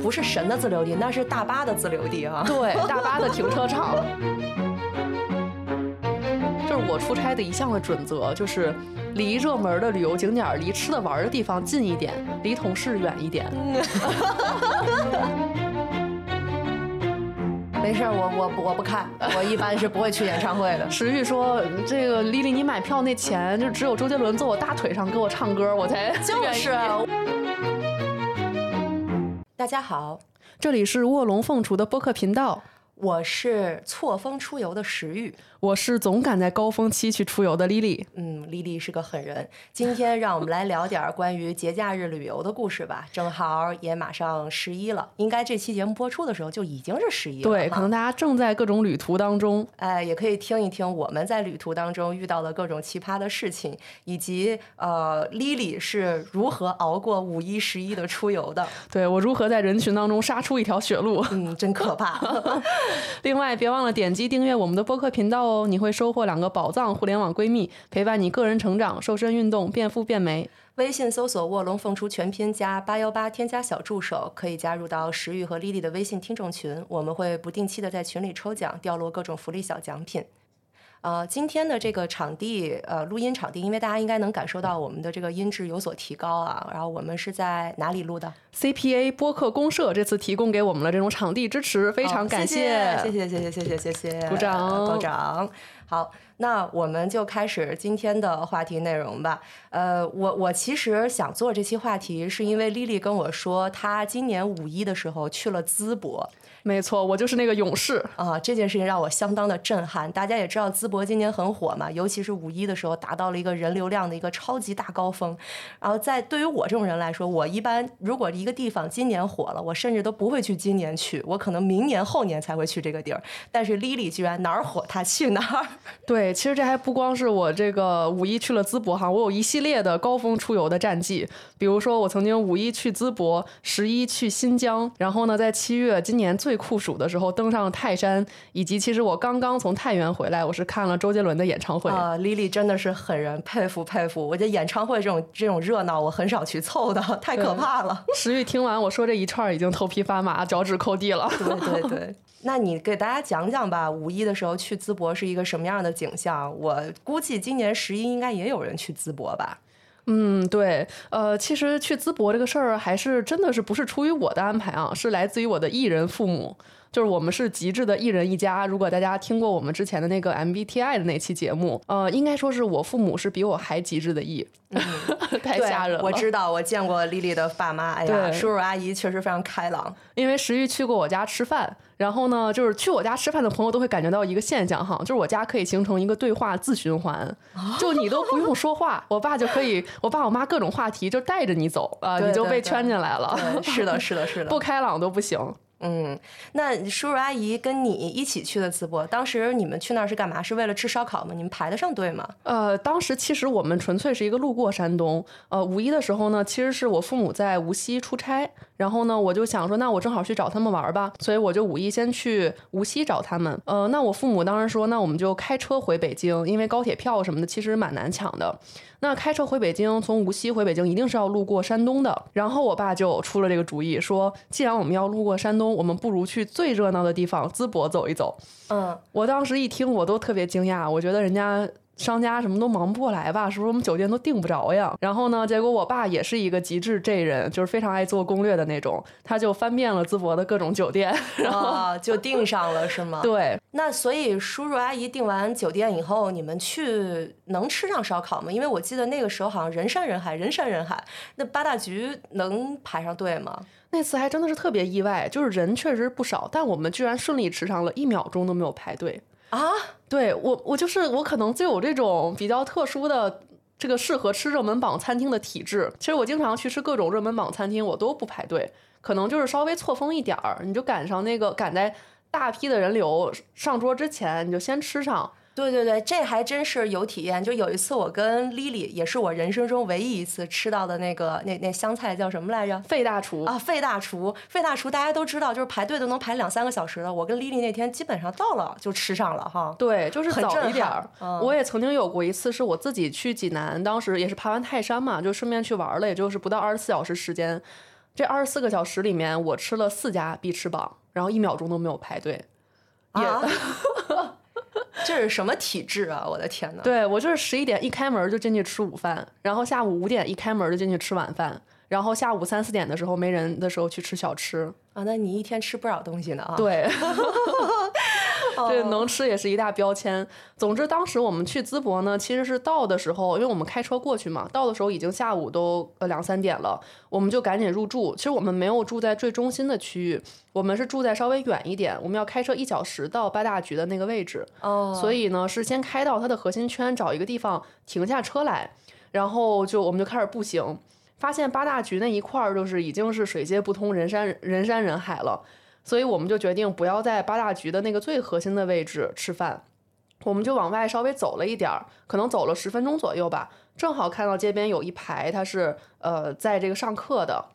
不是神的自留地，那是大巴的自留地啊。 对，大巴的停车场。这是我出差的一项的准则，就是离热门的旅游景点儿、离吃的玩儿的地方近一点，离同事远一点。。没事儿，我我不我不看，我一般是不会去演唱会的石玉说：“这个丽丽，你买票那钱就只有周杰伦坐我大腿上给我唱歌，我才 就是 愿意啊。大家好，这里是卧龙凤雏的播客频道，我是错峰出游的石玉。我是总赶在高峰期去出游的丽丽。嗯，丽丽是个狠人。今天让我们来聊点儿关于节假日旅游的故事吧。正好也马上十一了，应该这期节目播出的时候就已经是十一了哈。对，可能大家正在各种旅途当中，哎，也可以听一听我们在旅途当中遇到了各种奇葩的事情，以及呃，Lily 是如何熬过五一、十一的出游的。对我如何在人群当中杀出一条血路。嗯，真可怕。 另外，别忘了点击订阅我们的播客频道哦，你会收获两个宝藏互联网闺蜜，陪伴你个人成长、瘦身运动、变富变美。微信搜索“卧龙凤雏全拼”加八幺八，添加小助手，可以加入到石玉和 Lily 的微信听众群，我们会不定期的在群里抽奖，掉落各种福利小奖品。呃，今天的这个场地，呃，录音场地，因为大家应该能感受到我们的这个音质有所提高啊。然后我们是在哪里录的？ CPA 播客公社这次提供给我们了这种场地支持，非常感谢，谢谢，谢谢，谢谢，谢谢，鼓掌鼓掌。好，那我们就开始今天的话题内容吧。呃，我我其实想做这期话题，是因为丽丽跟我说，她今年五一的时候去了淄博没错，我就是那个勇士。啊、这件事情让我相当的震撼。大家也知道淄博今年很火嘛，尤其是五一的时候达到了一个人流量的一个超级大高峰。然后在对于我这种人来说，我一般如果一个地方今年火了，我甚至都不会去今年去，我可能明年后年才会去这个地儿。但是 Lily 居然哪儿火她去哪儿，对，其实这还不光是我这个五一去了淄博哈，我有一系列的高峰出游的战绩，比如说我曾经五一去淄博，十一去新疆，然后呢，在七月今年最酷暑的时候登上泰山，以及其实我刚刚从太原回来，我是看了周杰伦的演唱会。啊、l i l y 真的是狠人，佩服佩服。我觉得演唱会这种这种热闹，我很少去凑的，太可怕了。 石玉听完我说这一串，已经头皮发麻，脚趾抠地了。对对对， 那你给大家讲讲吧，五一的时候去淄博是一个什么样的景象？我估计今年十一应该也有人去淄博 吧？ 嗯，对，呃，其实去淄博这个事儿，还是真的是不是出于我的安排啊，是来自于我的艺人父母。就是我们是极致的一人一家。如果大家听过我们之前的那个 MBTI 的那期节目，呃，应该说是我父母是比我还极致的 E，、嗯太对吓人了。 我知道，我见过丽丽的爸妈，哎呀，对叔叔阿姨确实非常开 朗。因为石玉去过我家吃饭，然后呢，就是去我家吃饭的朋友都会感觉到一个现象哈，就是我家可以形成一个对话自循环，哦就你都不用说话，我爸就可以，我爸我妈各种话题就带着你走啊、对你就对被对圈进来了，对，嗯是的，是的，是的。 不开朗都不行。嗯，那叔叔阿姨跟你一起去的淄博，当时你们去那儿是干嘛？是为了吃烧烤吗？你们排得上队 吗？呃，当时其实我们纯粹是一个路过山东。呃，五一的时候呢，其实是我父母在无锡出差，然后呢，我就想说，那我正好去找他们玩儿吧，所以我就五一先去无锡找他们。呃，那我父母当时说，那我们就开车回北京，因为高铁票什么的其实蛮难抢的。那开车回北京，从无锡回北京一定是要路过山东的。然后我爸就出了这个主意，说既然我们要路过山东，我们不如去最热闹的地方淄博走一走。嗯，我当时一听，我都特别惊讶，我觉得人家。商家什么都忙不过来吧？是不是我们酒店都订不着呀？然后呢，结果我爸也是一个极致 J 人，就是非常爱做攻略的那种，他就翻遍了淄博的各种酒店。 啊，就订上了是吗？。对，那所以叔叔阿姨订完酒店以后，你们去能吃上烧烤吗？因为我记得那个时候好像人山人海，人山人海。那八大局能排上队吗？那次还真的是特别意外，就是人确实不少，但我们居然顺利吃上了，一秒钟都没有排队。啊，对我，我就是我，可能就有这种比较特殊的这个适合吃热门榜餐厅的体质。其实我经常去吃各种热门榜餐厅，我都不排队，可能就是稍微错峰一点儿，你就赶上那个赶在大批的人流上桌之前，你就先吃上。对对对，这还真是有体验。就有一次我跟 Lily，也是我人生中唯一一次吃到的那个那那湘菜叫什么来着？费大厨，啊，费大厨，费大厨，大家都知道，就是排队都能排两三个小时的。我跟 Lily 那天基本上到了就吃上了哈。对，就是很早震一点撼儿。嗯我也曾经有过一次，是我自己去济南，当时也是爬完泰山嘛，就顺便去玩了，也就是不到二十四小时时间。这二十四个小时里面，我吃了四家必吃榜，然后一秒钟都没有排队。啊， 这是什么体质啊！我的天哪！对我就是十一点一开门就进去吃午饭，然后下午五点一开门就进去吃晚饭，然后下午三四点的时候没人的时候去吃小吃。啊，那你一天吃不少东西呢啊！ 对，哦这能吃也是一大标签。总之，当时我们去淄博呢，其实是到的时候，因为我们开车过去嘛，到的时候已经下午都呃两三点了，我们就赶紧入住。其实我们没有住在最中心的区域，我们是住在稍微远一点，我们要开车一小时到八大局的那个位置。哦，所以呢，是先开到它的核心圈，找一个地方停下车来，然后就我们就开始步行，发现八大局那一块儿就是已经是水泄不通，人山人山人海了，所以我们就决定不要在八大局的那个最核心的位置吃饭，我们就往外稍微走了一点儿，可能走了十分钟左右吧，正好看到街边有一排它是呃在这个上课的，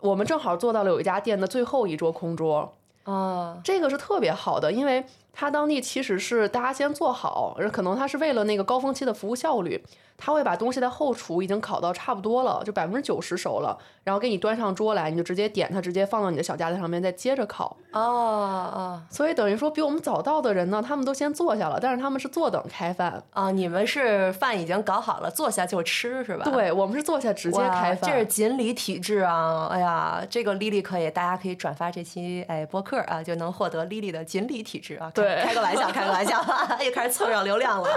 我们正好坐到了有一家店的最后一桌空桌，啊，这个是特别好的，因为它当地其实是大家先做好，而可能它是为了那个高峰期的服务效率，他会把东西在后厨已经烤到差不多了，就百分之九十熟了，然后给你端上桌来，你就直接点它，直接放到你的小架子上面，再接着烤。哦哦所以等于说比我们早到的人呢，他们都先坐下了，但是他们是坐等开饭，哦，你们是饭已经搞好了，坐下就吃是吧？。对我们是坐下直接哇开饭。这是锦鲤体质啊！哎呀，这个 Lily 可以，大家可以转发这期哎播客啊，就能获得 Lily 的锦鲤体质啊！开对开个玩笑，开个玩笑， 又开始蹭上流量了。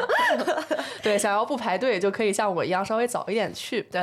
对，想要不排队就可以像我一样稍微早一点去。对，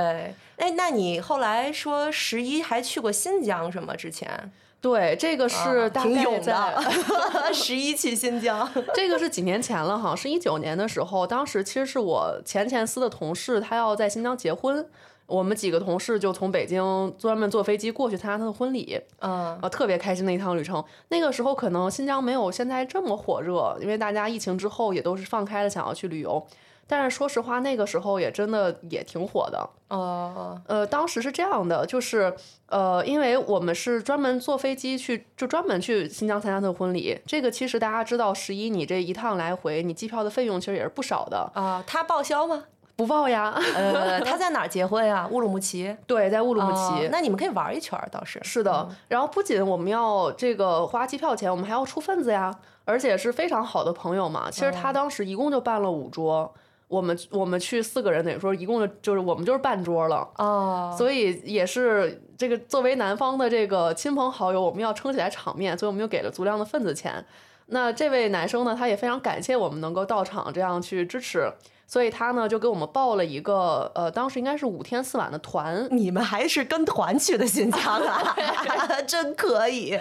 哎，那你后来说十一还去过新疆是吗？之前对，这个啊呃是大挺概勇在、的， 十一去新 疆。这个是几年前了哈，是一九年的时候，当时其实是我前前司的同事，他要在新疆结婚，我们几个同事就从北京专门坐飞机过去参加他的婚礼，嗯啊，特别开心的一趟旅程。那个时候可能新疆没有现在这么火热，因为大家疫情之后也都是放开了想要去旅游，但是说实话，那个时候也真的也挺火的。哦呃，当时是这样的，就是呃，因为我们是专门坐飞机去，就专门去新疆参加他的婚礼。这个其实大家知道，十一你这一趟来回，你机票的费用其实也是不少的，啊，他报销吗？不报呀。 呃，他在哪儿结婚 呀？乌鲁木齐。对，在乌乌鲁木齐。那你们可以玩一圈儿，倒是。是的，然后不仅我们要这个花机票钱，我们还要出份子呀，而且是非常好的朋友嘛。其实他当时一共就办了五桌，我们我们去四个人，等于说一共就就是我们就是半桌了。哦，所以也是这个作为南方的这个亲朋好友，我们要撑起来场面，所以我们就给了足量的份子钱。那这位男生呢，他也非常感谢我们能够到场这样去支持，所以他呢就给我们报了一个呃，当时应该是五天四晚的团，你们还是跟团去的新疆啊， 真可以。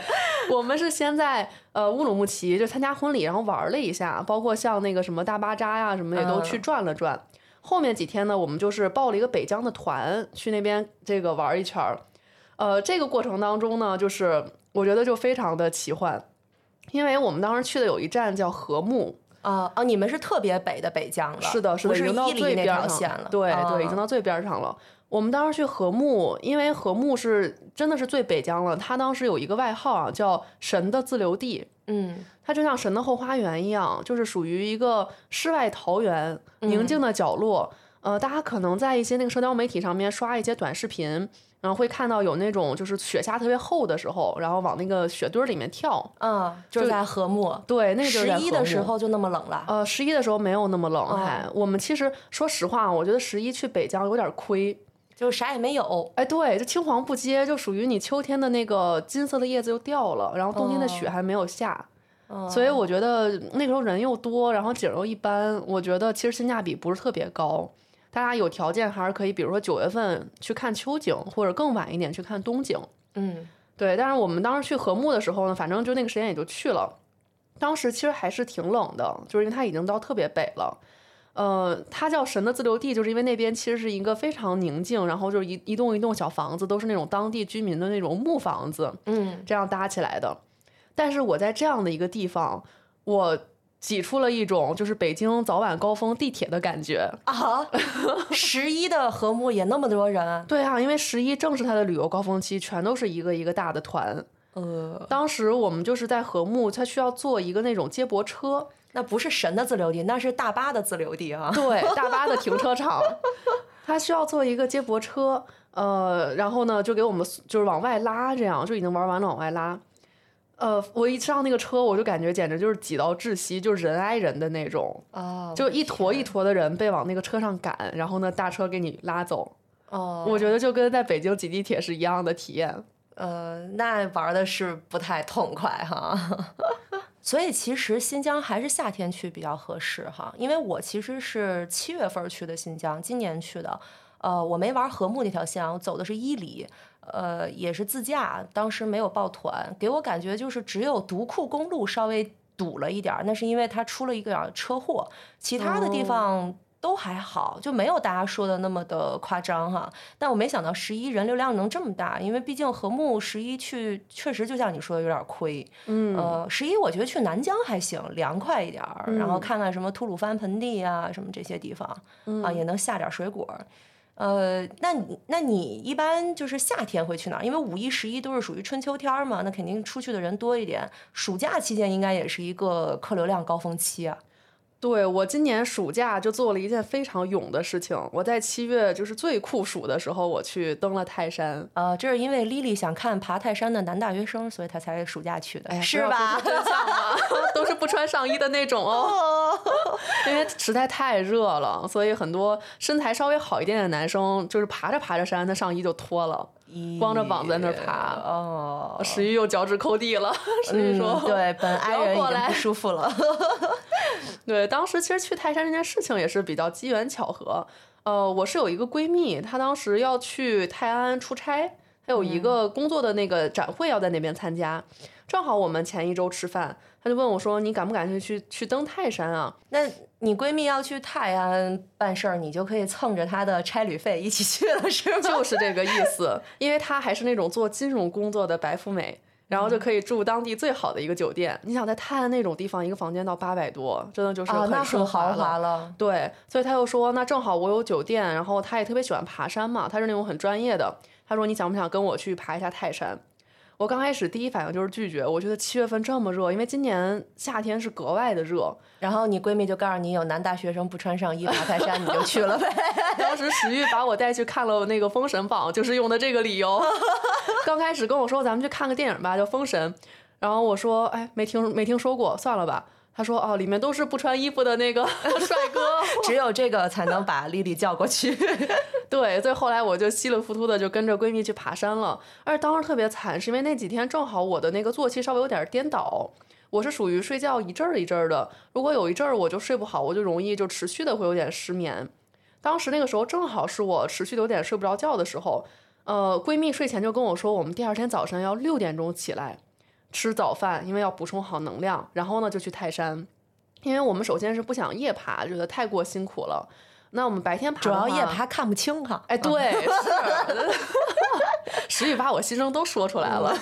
我们是先在呃乌鲁木齐就参加婚礼，然后玩了一下，包括像那个什么大巴扎呀、什么也都嗯去转了转。后面几天呢，我们就是报了一个北疆的团，去那边这个玩一圈儿。呃，这个过程当中呢，就是我觉得就非常的奇幻，因为我们当时去的有一站叫禾木，啊哦，你们是特别北的北疆了，是的，是不的，已是经到伊最犁那边条儿上线了。对啊对，已经到最边儿上了。我们当时去禾木，因为禾木是真的是最北疆了，它当时有一个外号啊，叫“神的自留地”。嗯它就像神的后花园一样，就是属于一个世外桃源、嗯宁静的角落。呃，大家可能在一些那个社交媒体上面刷一些短视频，然后会看到有那种就是雪下特别厚的时候，然后往那个雪堆儿里面跳。啊，就是在禾木，对，那个就是十在一禾的木时。候就那么冷了。呃，十一的时候没有那么冷哦还，我们其实说实话啊，我觉得十一去北疆有点亏。就啥也没有。哎，对，就青黄不接，就属于你秋天的那个金色的叶子又掉了，然后冬天的雪哦还没有下。嗯所以我觉得那个时候人又多，然后景儿又一般，我觉得其实性价比不是特别高。大家有条件还是可以，比如说九月份去看秋景，或者更晚一点去看冬景。嗯对，但是我们当时去禾木的时候呢，反正就那个时间也就去了。当时其实还是挺冷的，就是因为它已经到特别北了。呃，它叫神的自留地，就是因为那边其实是一个非常宁静，然后就是一一栋一栋小房子，都是那种当地居民的那种木房子。嗯，这样搭起来的。但是我在这样的一个地方，我挤出了一种就是北京早晚高峰地铁的感觉。啊， 十一的禾木也那么多人，对啊，因为十一正是它的旅游高峰期，全都是一个一个大的团。呃，当时我们就是在禾木，它需要坐一个那种接驳车， 那不是神的自留地，那是大巴的自留地啊。 对，大巴的停车场，他需要坐一个接驳车。呃，然后呢就给我们就是往外拉，这样就已经玩完了往外拉。呃，我一上那个车，我就感觉简直就是挤到窒息，就是人挨人的那种，哦，就一坨一坨的人被往那个车上赶，然后呢大车给你拉走。哦，我觉得就跟在北京挤地铁是一样的体验。呃，那玩的是不太痛快哈。所以其实新疆还是夏天去比较合适哈，因为我其实是七月份去的新疆，今年去的。呃，我没玩和木那条线啊，我走的是伊犁，呃，也是自驾，当时没有报团，给我感觉就是只有独库公路稍微堵了一点儿，那是因为它出了一个车祸，其他的地哦方都还好，就没有大家说的那么的夸张哈。但我没想到十一人流量能这么大，因为毕竟和睦十一去确实就像你说的有点亏。嗯呃，十一我觉得去南疆还行，凉快一点儿，然后嗯看看什么吐鲁番盆地啊，什么这些地方啊，嗯也能下点水果儿。呃，那你那你一般就是夏天会去哪儿？因为五一、十一都是属于春秋天儿嘛，那肯定出去的人多一点。暑假期间应该也是一个客流量高峰期啊。对我今年暑假就做了一件非常勇的事情，我在七月就是最酷暑的时候，我去登了泰山。 呃，这是因为 Lily 想看爬泰山的男大学生，所以她才暑假去的，呀是哎不要吧 说出？真相哦了都是不穿上衣的那种哦，因为实在太热了，所以很多身材稍微好一点的男生，就是爬着爬着山，他上衣就脱了。 光着膀子在那儿爬咦哦。十一又脚趾抠地了， 十一说、嗯，对，本不爱要人已过经来不舒服了。对，当时其实去泰山这件事情也是比较机缘巧合。呃，我是有一个闺蜜，她当时要去泰安出差，她有嗯一个工作的那个展会要在那边参加，正好我们前一周吃饭，她就问我说：“你感不感兴趣去登泰山啊？” 那你闺蜜要去泰安办事儿，你就可以蹭着她的差旅费一起去了，是吗？就是这个意思，因为她还是那种做金融工作的白富美，然嗯后就可以住当地最好的一个酒店。你想在泰安那种地方，一个房间到八百多，真的就是啊，那奢很豪了。华了。对，所以她又说，那正好我有酒店，然后她也特别喜欢爬山嘛，她是那种很专业的。她说你想不想跟我去爬一下泰山？我刚开始第一反应就是拒绝，我觉得七月份这么热，因为今年夏天是格外的热，然后你闺蜜就告诉你，有男大学生不穿上衣爬泰山，你就去了呗。当时石玉把我带去看了那个《封神榜》，就是用的这个理由。刚开始跟我说咱们去看个电影吧，叫《封神》，然后我说哎没听没听说过，算了吧。他说哦，里面都是不穿衣服的那个 帅哥。 只有这个才能把丽丽叫过去。对，所以后来我就稀里糊涂的就跟着闺蜜去爬山了，而且当时特别惨，是因为那几天正好我的那个作息稍微有点颠倒。我是属于睡觉一阵儿一阵儿的，如果有一阵儿我就睡不好，我就容易就持续的会有点失眠。当时那个时候正好是我持续的有点睡不着觉的时候，呃，闺蜜睡前就跟我说，我们第二天早晨要六点钟起来吃早饭，因为要补充好能量，然后呢就去泰山，因为我们首先是不想夜爬，觉得太过辛苦了。那我们白天 爬主的要夜话爬看不清哈。 哎，对，是，十语把我心声都说出来了，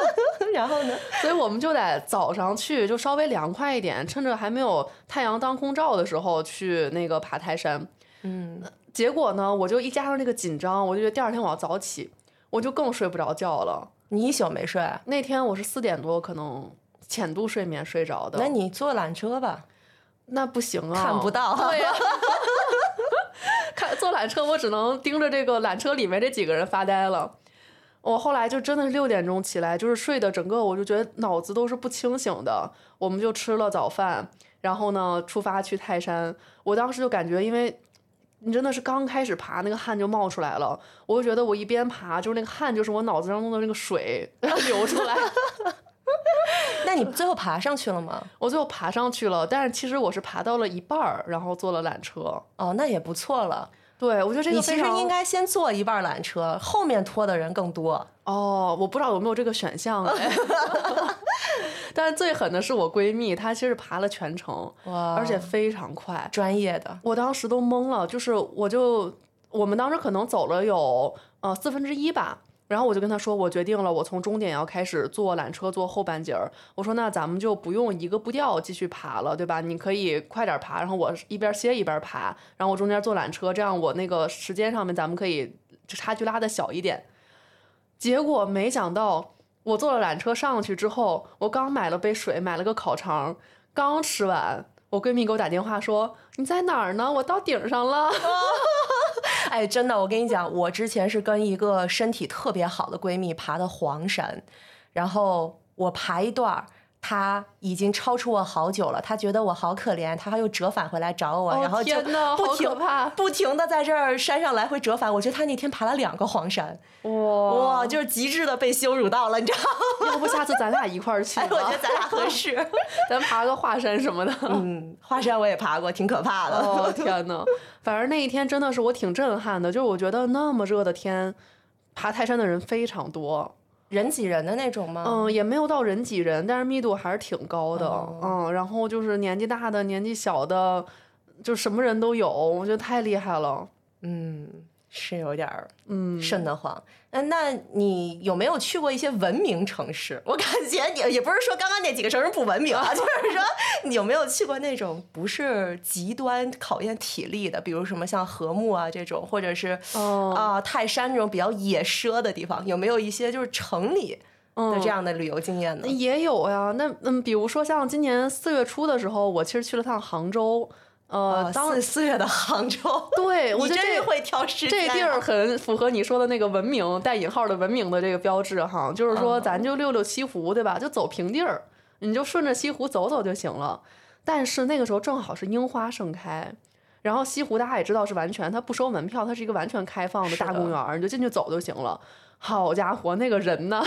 然后 呢？所以我们就得早上去，就稍微凉快一点，趁着还没有太阳当空照的时候去那个爬泰山。呃嗯，结果呢，我就一加上那个紧张，我就觉得第二天我要早起，我就更睡不着觉了。你一宿没睡，那天我是四点多可能浅度睡眠睡着的，那你坐缆车吧，那不行啊，看不到。对呀、 看坐缆车，我只能盯着这个缆车里面这几个人发呆了。我后来就真的是六点钟起来，就是睡的整个，我就觉得脑子都是不清醒的。我们就吃了早饭，然后呢出发去泰山。我当时就感觉，因为你真的是刚开始爬，那个汗就冒出来了。我就觉得我一边爬，就是那个汗就是我脑子当中的那个水流出来。 那你最后爬上去了吗？我最后爬上去了，但是其实我是爬到了一半儿，然后坐了缆车。哦，那也不错了。对，我觉得这个你其非实常应该先坐一半缆车，后面拖的人更多。哦，我不知道有没有这个选 项哎。但是最狠的是我闺蜜，她其实爬了全程，哇而且非常快，专业的，我当时都懵了，就是我就我们当时可能走了有呃四分之一吧。然后我就跟她说，我决定了，我从终点要开始坐缆车，坐后半截儿。我说，那咱们就不用一个步调继续爬了，对吧？你可以快点爬，然后我一边歇一边爬，然后我中间坐缆车，这样我那个时间上面咱们可以差距拉的小一点。结果没想到，我坐了缆车上去之后，我刚买了杯水，买了个烤肠，刚吃完，我闺蜜给我打电话说：“你在哪儿呢？我到顶上了。 哎，真的，我跟你讲，我之前是跟一个身体特别好的闺蜜爬的黄山，然后我爬一段儿。她已经超出我好久了，她觉得我好可怜，她还又折返回来找我，哦然后就天呐不好停可怕不停的在这儿山上来回折返。我觉得她那天爬了两个黄山，哇哇，就是极致的被羞辱到了，你知道吗？要不下次咱俩一块儿去哎，我觉吧得，咱俩合适。 咱爬个华山什么的。嗯，华山我也爬过，挺可怕的。哦天 呐，反正那一天真的是我挺震撼的，就是我觉得那么热的天，爬泰山的人非常多，人挤人的那种吗？嗯，也没有到人挤人，但是密度还是挺高的，哦嗯，然后就是年纪大的、年纪小的，就什么人都有，我觉得太厉害了。嗯，是有点儿嗯，瘆得慌。嗯，那你有没有去过一些文明城市？我感觉也也不是说刚刚那几个城市不文明啊， 就是说你有没有去过那种不是极端考验体力的，比如什么像禾木啊这种，或者是啊、哦泰山这种比较野奢的地方？有没有一些就是城里的这样的旅游经验呢？也有嗯哎呀，那嗯，比如说像今年四月初的时候，我其实去了趟杭州，呃，呃，当四四月的杭州，对 你我觉得真这是会挑时这间、啊地儿。很符合你说的那个文明带引号的文明的这个标志哈，就是嗯说咱就溜溜西湖对吧？就走平地儿，你就顺着西湖走走就行了。但是那个时候正好是樱花盛开，然后西湖大家也知道是完全它不收门票，它是一个完全开放的是的大公园儿，你就进去走就行了。好家伙，那个 人呢，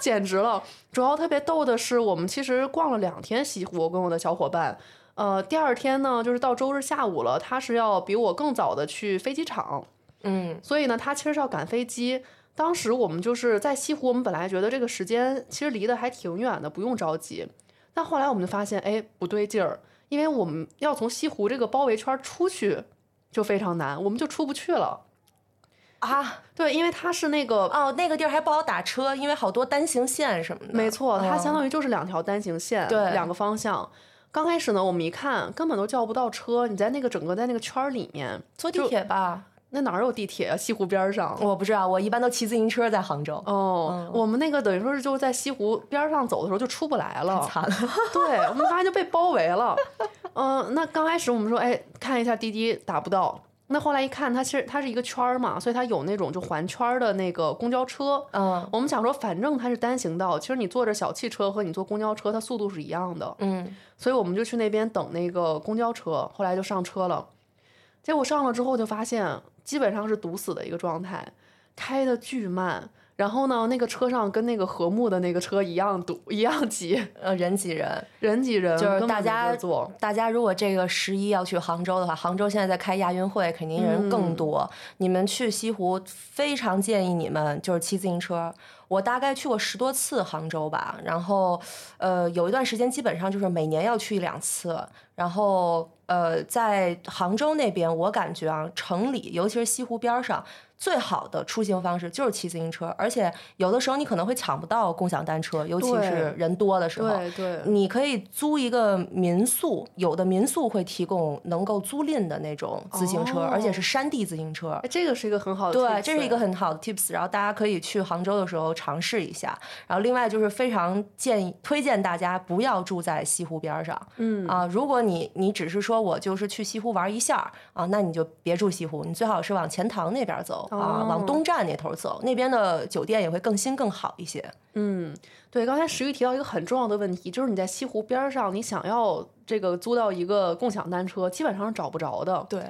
简直了！主要特别逗的是，我们其实逛了两天西湖，我跟我的小伙伴。呃，第二天呢，就是到周日下午了，他是要比我更早的去飞机场，嗯，所以呢，他其实是要赶飞机。当时我们就是在西湖，我们本来觉得这个时间其实离得还挺远的，不用着急。但后来我们就发现，哎，不对劲儿，因为我们要从西湖这个包围圈出去就非常难，我们就出不去了。啊，对，因为它是那个哦，那个地儿还不好打车，因为好多单行线什么的。没错，它嗯相当于就是两条单行线，对两个方向。刚开始呢，我们一看根本都叫不到车，你在那个整个在那个圈儿里面，坐地铁吧，那哪儿有地铁啊？西湖边儿上。我不知道，我一般都骑自行车在杭州。嗯哦，我们那个等于说是就是在西湖边儿上走的时候就出不来了，惨了， 对我们发现就被包围了。嗯、那刚开始我们说，哎，看一下滴滴打不到，那后来一看，它其实它是一个圈儿嘛，所以它有那种就环圈儿的那个公交车，嗯我们想说，反正它是单行道，其实你坐着小汽车和你坐公交车，它速度是一样的，嗯，所以我们就去那边等那个公交车，后来就上车了。结果上了之后就发现，基本上是堵死的一个状态，开的巨慢。然后呢，那个车上跟那个和睦的那个车一样堵，一样挤，呃，人挤人。人挤人，就是根本大没家地坐。大家如果这个十一要去杭州的话，杭州现在在开亚运会，肯定人嗯更多。你们去西湖，非常建议你们就是骑自行车。我大概去过十多次杭州吧，然后呃有一段时间基本上就是每年要去一两次，然后呃在杭州那边，我感觉啊城里，尤其是西湖边儿上。最好的出行方式就是骑自行车，而且有的时候你可能会抢不到共享单车，尤其对是人多的时候。对对，你可以租一个民宿，有的民宿会提供能够租赁的那种自行车，哦而且是山地自行车。哎这个是一个很好的 tips 哎，对，这是一个很好的 tips，然后大家可以去杭州的时候尝试一下。然后另外就是非常建议推荐大家不要住在西湖边儿上，嗯啊，如果你你只是说我就是去西湖玩一下儿啊，那你就别住西湖，你最好是往钱塘那边儿走、啊哦，往东站那头儿走，那边的酒店也会更新更好一些。嗯，对，刚才石玉提到一个很重要的问题，就是你在西湖边儿上，你想要这个租到一个共享单车，基本上是找不着的。对，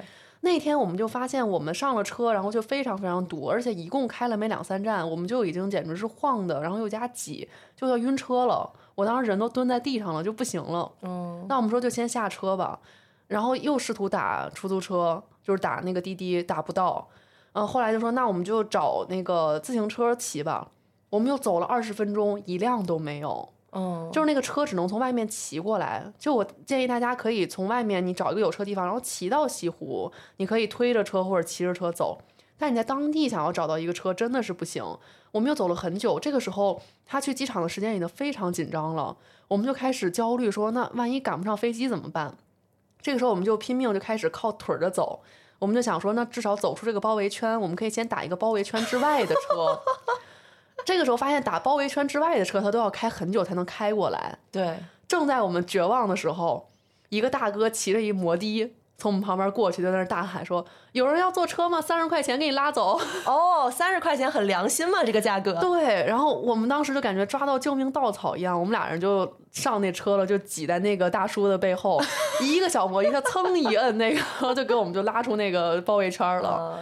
那天我们就发现，我们上了车，然后就非常非常堵，而且一共开了没两三站，我们就已经简直是晃的，然后又加挤，就要晕车了。我当时人都蹲在地上了，就不行了。嗯，那我们说就先下车吧，然后又试图打出租车，就是打那个滴滴，打不到。嗯、后来就说那我们就找那个自行车骑吧。我们又走了二十分钟，一辆都没有，嗯，就是那个车只能从外面骑过来。就我建议大家可以从外面你找一个有车地方，然后骑到西湖，你可以推着车或者骑着车走。但你在当地想要找到一个车真的是不行。我们又走了很久，这个时候他去机场的时间已经非常紧张了，我们就开始焦虑说，那万一赶不上飞机怎么办？这个时候我们就拼命就开始靠腿儿着走，我们就想说，那至少走出这个包围圈，我们可以先打一个包围圈之外的车。 这个时候发现打包围圈之外的车，它都要开很久才能开过来。对。正在我们绝望的时候，一个大哥骑着一摩的从我们旁边过去，就在那儿大喊说：“有人要坐车吗？三十块钱给你拉走。” 哦，三十块钱很良心嘛，这个价格。对，然后我们当时就感觉抓到救命稻草一样，我们俩人就上那车了，就挤在那个大叔的背 后，一个小摩一下噌一摁，那个就给我们就拉出那个包围圈了。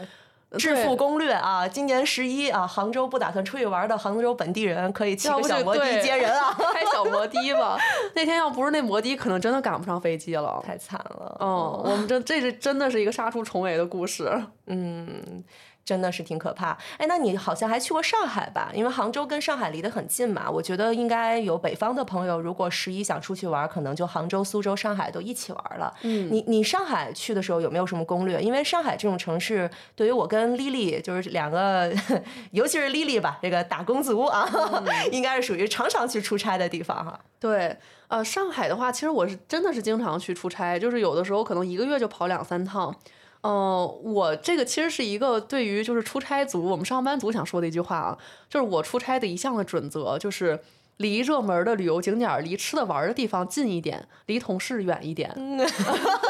呃，致富攻略啊！今年十一啊，杭州不打算出去玩的杭州本地人可以骑要个不就小摩的对接人 啊！开小摩的吧，那天要不是那摩的，可能真的赶不上飞机了。太惨了，嗯，我们这这是真的是一个杀出重围的故事。嗯，真的是挺可怕。哎，那你好像还去过上海吧？因为杭州跟上海离得很近嘛，我觉得应该有北方的朋友，如果十一想出去玩，可能就杭州、苏州、上海都一起玩了。嗯，你你上海去的时候有没有什么攻略？因为上海这种城市，对于我跟 Lily 就是两个， 尤其是 Lily 吧，这个打工族啊， 应该是属于常常去出差的地方哈、对，呃，上海的话，其实我是真的是经常去出差，就是有的时候可能一个月就跑两三趟。嗯、我这个其实是一个对于就是出差族，我们上班族想说的一句话啊，就是我出差的一项的准则就是。离热门的旅游景点儿、离吃的玩儿的地方近一点，离同事远一点。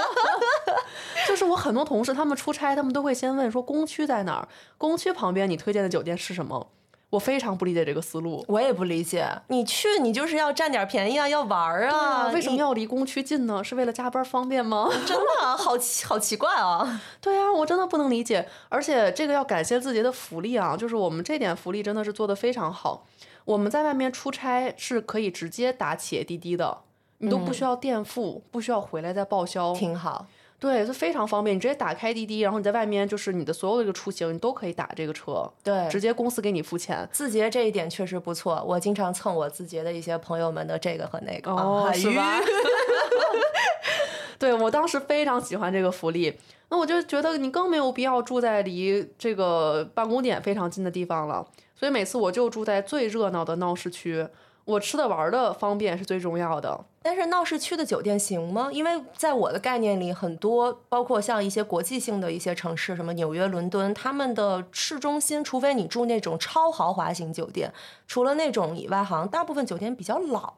就是我很多同事，他们出差，他们都会先问说工区在哪儿，工区旁边你推荐的酒店是什么？我非常不理解这个思路。我也不理解，你去你就是要占点便宜啊，要玩儿啊，为什么你要离工区近呢？是为了加班方便吗？真的啊好奇好奇怪啊？ 对呀、我真的不能理解。而且这个要感谢字节的福利啊，就是我们这点福利真的是做得非常好。我们在外面出差是可以直接打企业滴滴的，你都不需要垫付，不需要回来再报销，挺好。 对，是非常方便。你直接打开滴滴，然后你在外面就是你的所有的这个出行，你都可以打这个车，对，直接公司给你付钱。字节这一点确实不错，我经常蹭我字节的一些朋友们的这个和那个啊，哦哎是吧呦 对我当时非常喜欢这个福利，那我就觉得你更没有必要住在离这个办公点非常近的地方了。所以每次我就住在最热闹的闹市区，我吃的玩儿的方便是最重要的。 但是闹市区的酒店行吗？因为在我的概念里，很多包括像一些国际性的一些城市，什么纽约、伦敦，他们的市中心，除非你住那种超豪华型酒店，除了那种以外，好像大部分酒店比较老。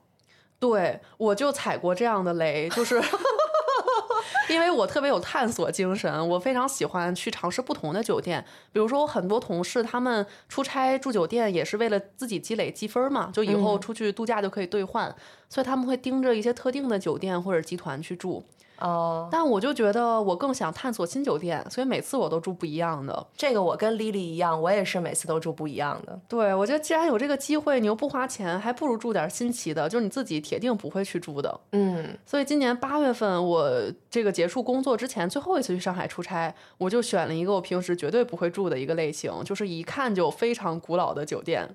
对，我就踩过这样的雷，就是 因为我特别有探索精神，我非常喜欢去尝试不同的酒店。比如说，我很多同事他们出差住酒店也是为了自己积累积分嘛，就以后出去度假就可以兑换，所以他们会盯着一些特定的酒店或者集团去住。哦、但我就觉得我更想探索新酒店，所以每次我都住不一样的。这个我跟 Lily 一样，我也是每次都住不一样的。对，我觉得既然有这个机会，你又不花钱，还不如住点儿新奇的，就是你自己铁定不会去住的。嗯，所以今年八月份，我这个结束工作之前最后一次去上海出差，我就选了一个我平时绝对不会住的一个类型，就是一看就非常古老的酒店。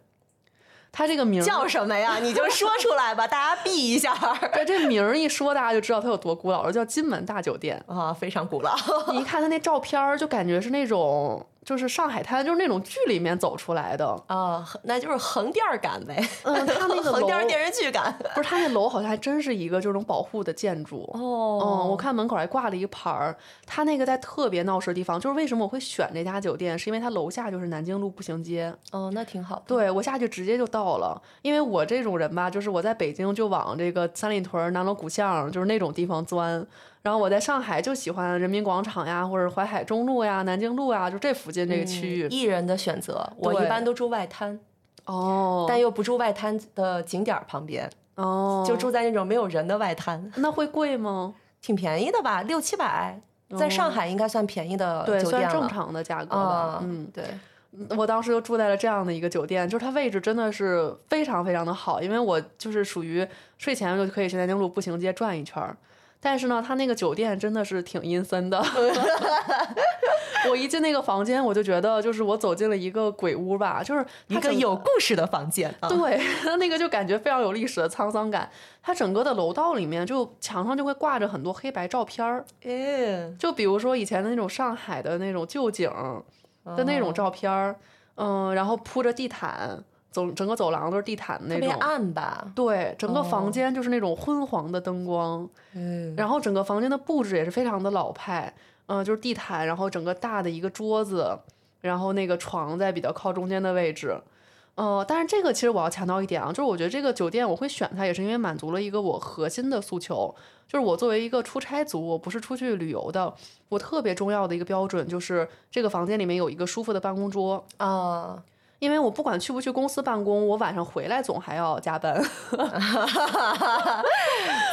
它这个名儿叫什么呀？你就说出来吧，大家避一下对这名儿一说，大家就知道它有多古老了，叫金门大酒店。 啊，非常古老。你一看它那照片儿，就感觉是那种就是上海滩，就是那种剧里面走出来的。啊、那就是横店儿感呗，嗯，它 那个横楼店儿电视剧感。不是它那楼好像还真是一个就是那种保护的建筑。嗯，我哦，看门口还挂了一牌儿，它那个在特别闹市的地方，就是为什么我会选这家酒店，是因为它楼下就是南京路步行街，哦，那挺好的。对我下去直接就到了。因为我这种人吧，就是我在北京就往这个三里屯儿、南锣鼓巷，就是那种地方钻，然后我在上海就喜欢人民广场呀，或者淮海中路呀、南京路呀，就这附近这个区域。艺人的选择，我一对般都住外滩，嗯哦，但又不住外滩的景点儿旁边，哦，就住在那种没有人的外滩，那会贵吗？挺便宜的吧，六七百，在上海应该哦算便宜的对，呃酒算店正了。常的价格吧啊。，嗯，对，我当时就住在了这样的一个酒店，就是它位置真的是非常非常的好，因为我就是属于睡前就可以去南京路步行街转一圈儿。但是呢，它那个酒店真的是挺阴森的。我一进那个房间，我就觉得就是我走进了一个鬼屋吧，就是它一个整有故事的房间啊。对， 它那个就感觉非常有历史的沧桑感。它整个的楼道里面就墙上就会挂着很多黑白照片儿，嗯，就比如说以前的那种上海的那种旧景儿的那种照片儿，嗯、然后铺着地毯，走整个走廊都是地毯的特那别种。暗哦吧？对，整个房间就是那种昏黄的灯光，嗯，然后整个房间的布置也是非常的老派，嗯、就是地毯，然后整个大的一个桌子，然后那个床在比较靠中间的位置，呃，但是这个其实我要强调一点啊，就是我觉得这个酒店我会选它，也是因为满足了一个我核心的诉求，就是我作为一个出差族，我不是出去旅游的，我特别重要的一个标准就是这个房间里面有一个舒服的办公桌，啊，因为我不管去不去公司办公，我晚上回来总还要加班，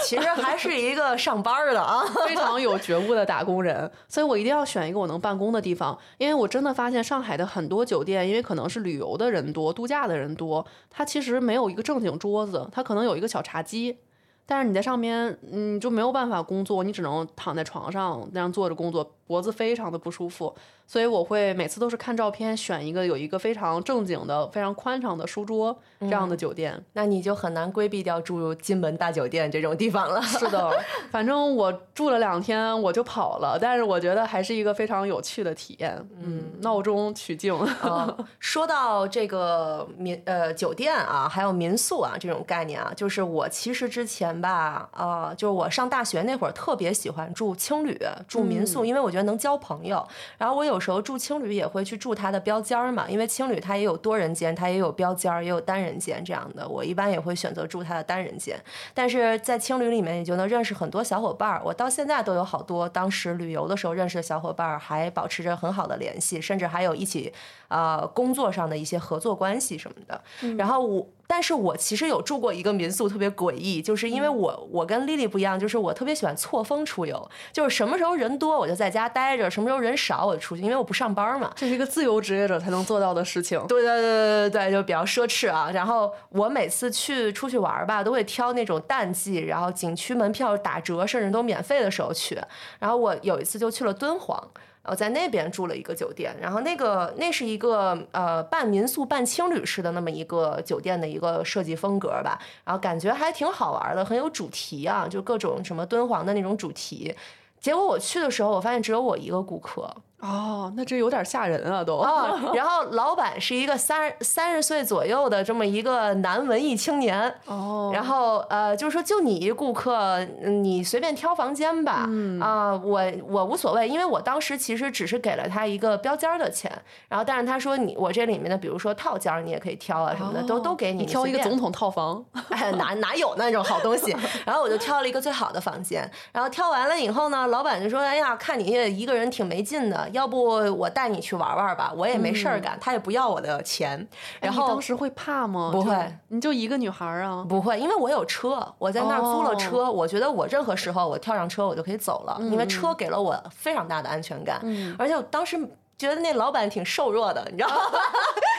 其实还是一个上班儿的啊。 非常有觉悟的打工人，所以我一定要选一个我能办公的地方，因为我真的发现上海的很多酒店，因为可能是旅游的人多、度假的人多，它其实没有一个正经桌子，它可能有一个小茶几。但是你在上面，嗯，就没有办法工作，你只能躺在床上那样坐着工作，脖子非常的不舒服。所以我会每次都是看照片选一个有一个非常正经的、非常宽敞的书桌这样的酒店。那你就很难规避掉住金门大酒店这种地方了。 是的，反正我住了两天我就跑了，但是我觉得还是一个非常有趣的体验。嗯，闹中取静。啊，说到这个民呃酒店啊，还有民宿啊这种概念啊，就是我其实之前吧，啊、就是我上大学那会儿特别喜欢住青旅、住民宿，因为我觉得能交朋友。然后我有时候住青旅也会去住它的标间儿嘛，因为青旅它也有多人间，它也有标间儿，也有单人间这样的。我一般也会选择住它的单人间，但是在青旅里面你就能认识很多小伙伴儿。我到现在都有好多当时旅游的时候认识的小伙伴儿，还保持着很好的联系，甚至还有一起呃工作上的一些合作关系什么的。然后我，但是我其实有住过一个民宿，特别诡异，就是因为我我跟 Lily 不一样，就是我特别喜欢错峰出游，就是什么时候人多我就在家待着，什么时候人少我就出去，因为我不上班嘛。 这是一个自由职业者才能做到的事情。对对对对对，就比较奢侈啊。然后我每次去出去玩儿吧，都会挑那种淡季，然后景区门票打折甚至都免费的时候去。然后我有一次就去了敦煌。然后在那边住了一个酒店，然后那个那是一个呃半民宿半青旅式的那么一个酒店的一个设计风格吧，然后感觉还挺好玩的，很有主题啊，就各种什么敦煌的那种主题。结果我去的时候，我发现只有我一个顾客，哦，那这有点吓人啊，都。哦，然后老板是一个三三十岁左右的这么一个男文艺青年，哦，然后呃，就是说就你一顾客，嗯你随便挑房间吧，啊、嗯我我无所谓，因为我当时其实只是给了他一个标间儿的钱，然后但是他说你我这里面的，比如说套间儿你也可以挑啊什么的，都都给哦你你挑一个总。总统套房。哎， 哪哪有那种好东西？然后我就挑了一个最好的房间，然后挑完了以后呢，老板就说：“哎呀，看你也一个人挺没劲的，要不我带你去玩玩吧？我也没事儿干，他也不要我的钱。”然嗯哎你后当时会怕吗？不会就，你就一个女孩儿 啊。不会，因为我有车，我在那儿哦租了车。我觉得我任何时候我跳上车我就可以走了，嗯因为车给了我非常大的安全感。而且我当时觉得那老板挺瘦弱的，你知道吗？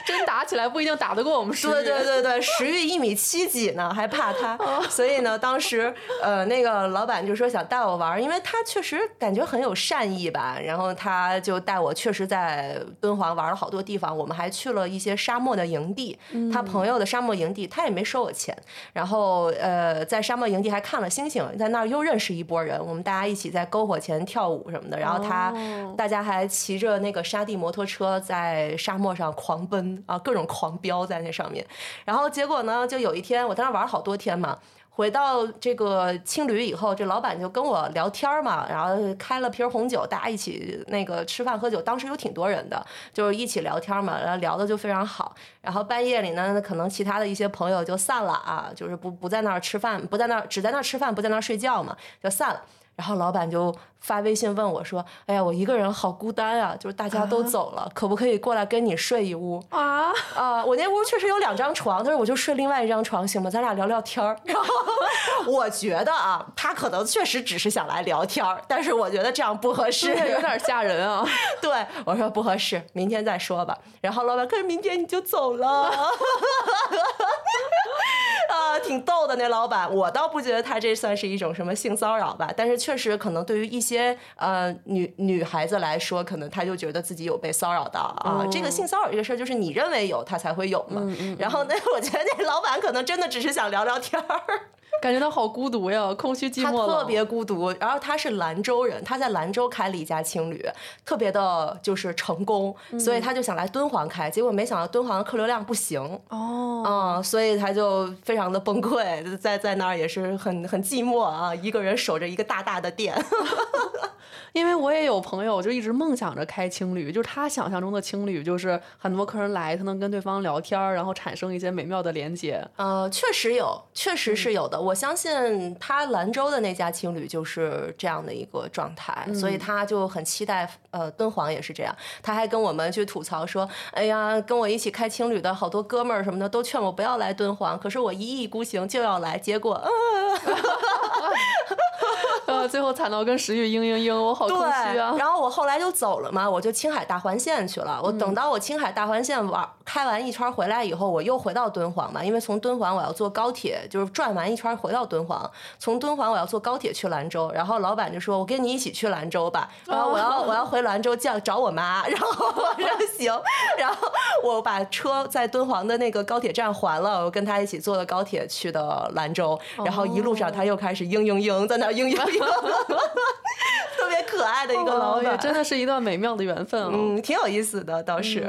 真打起来不一定打得过我们。对对。对对，石玉一米七几呢，还怕他？所以呢，当时呃，那个老板就说想带我玩儿，因为他确实感觉很有善意吧。然后他就带我，确实在敦煌玩了好多地方，我们还去了一些沙漠的营地，他朋友的沙漠营地，他也没收我钱。然后呃，在沙漠营地还看了星星，在那儿又认识一波人，我们大家一起在篝火前跳舞什么的。然后他哦大家还骑着那个沙地摩托车在沙漠上狂奔啊，各种狂飙在那上面。然后结果呢，就有一天我在那玩好多天嘛。回到这个青旅以后，这老板就跟我聊天儿嘛，然后开了瓶红酒，大家一起那个吃饭喝酒。当时有挺多人的，就是一起聊天儿嘛，然后聊的就非常好。然后半夜里呢，可能其他的一些朋友就散了啊，就是不不在那儿吃饭，不在那儿只在那儿吃饭，不在那儿睡觉嘛，就散了。然后老板就发微信问我说：“哎呀，我一个人好孤单啊，就是大家都走了，可不可以过来跟你睡一屋啊， 啊、我那屋确实有两张床，但是我就睡另外一张床，行吗？咱俩聊聊天儿。然后我觉得啊，他可能确实只是想来聊天儿，但是我觉得这样不合适这。有点吓人啊。 对，我说不合适，明天再说吧。然后老板，可是明天你就走了， 啊，挺逗的那老板。我倒不觉得他这算是一种什么性骚扰吧，但是确实可能对于一些呃女女孩子来说，可能她就觉得自己有被骚扰到啊。这个性骚扰这个事儿，就是你认 为有，他才会有嘛。然后那我觉得那老板可能真的只是想聊聊天儿。感觉到好孤独呀，空虚寂他寞了。特别孤独，然后他是兰州人，他在兰州开了一家青旅，特别的就是成功，嗯所以他就想来敦煌开，结果没想到敦煌的客流量不行，哦，嗯，所以他就非常的崩溃，在在那儿也是很很寂寞啊，一个人守着一个大大的店，因为我也有朋友，就一直梦想着开青旅，就是他想象中的青旅，就是很多客人来，他能跟对方聊天儿，然后产生一些美妙的连接。 呃，确实有，确实是有的。我相信他兰州的那家青旅就是这样的一个状态，所以他就很期待。呃，敦煌也是这样，他还跟我们去吐槽说：“哎呀，跟我一起开青旅的好多哥们儿什么的都劝我不要来敦煌，可是我一意孤行就要来，结果、呃、呃，最后惨到跟石玉嘤嘤嘤，我好空虚啊对。！然后我后来就走了嘛，我就青海大环线去了。我嗯等到我青海大环线玩开完一圈回来以后，我又回到敦煌嘛，因为从敦煌我要坐高铁，就是转完一圈回到敦煌。从敦煌我要坐高铁去兰州，然后老板就说：“我跟你一起去兰州吧。”然后我要我要回兰州见找我妈，然后我说行，然后我把车在敦煌的那个高铁站还了，我跟他一起坐的高铁去的兰州，哦然后一路上他又开始嘤嘤嘤，在那儿嘤嘤嘤。 特别可爱的一个老哦也板，真的是一段美妙的缘分啊、嗯，挺有意思的，倒是。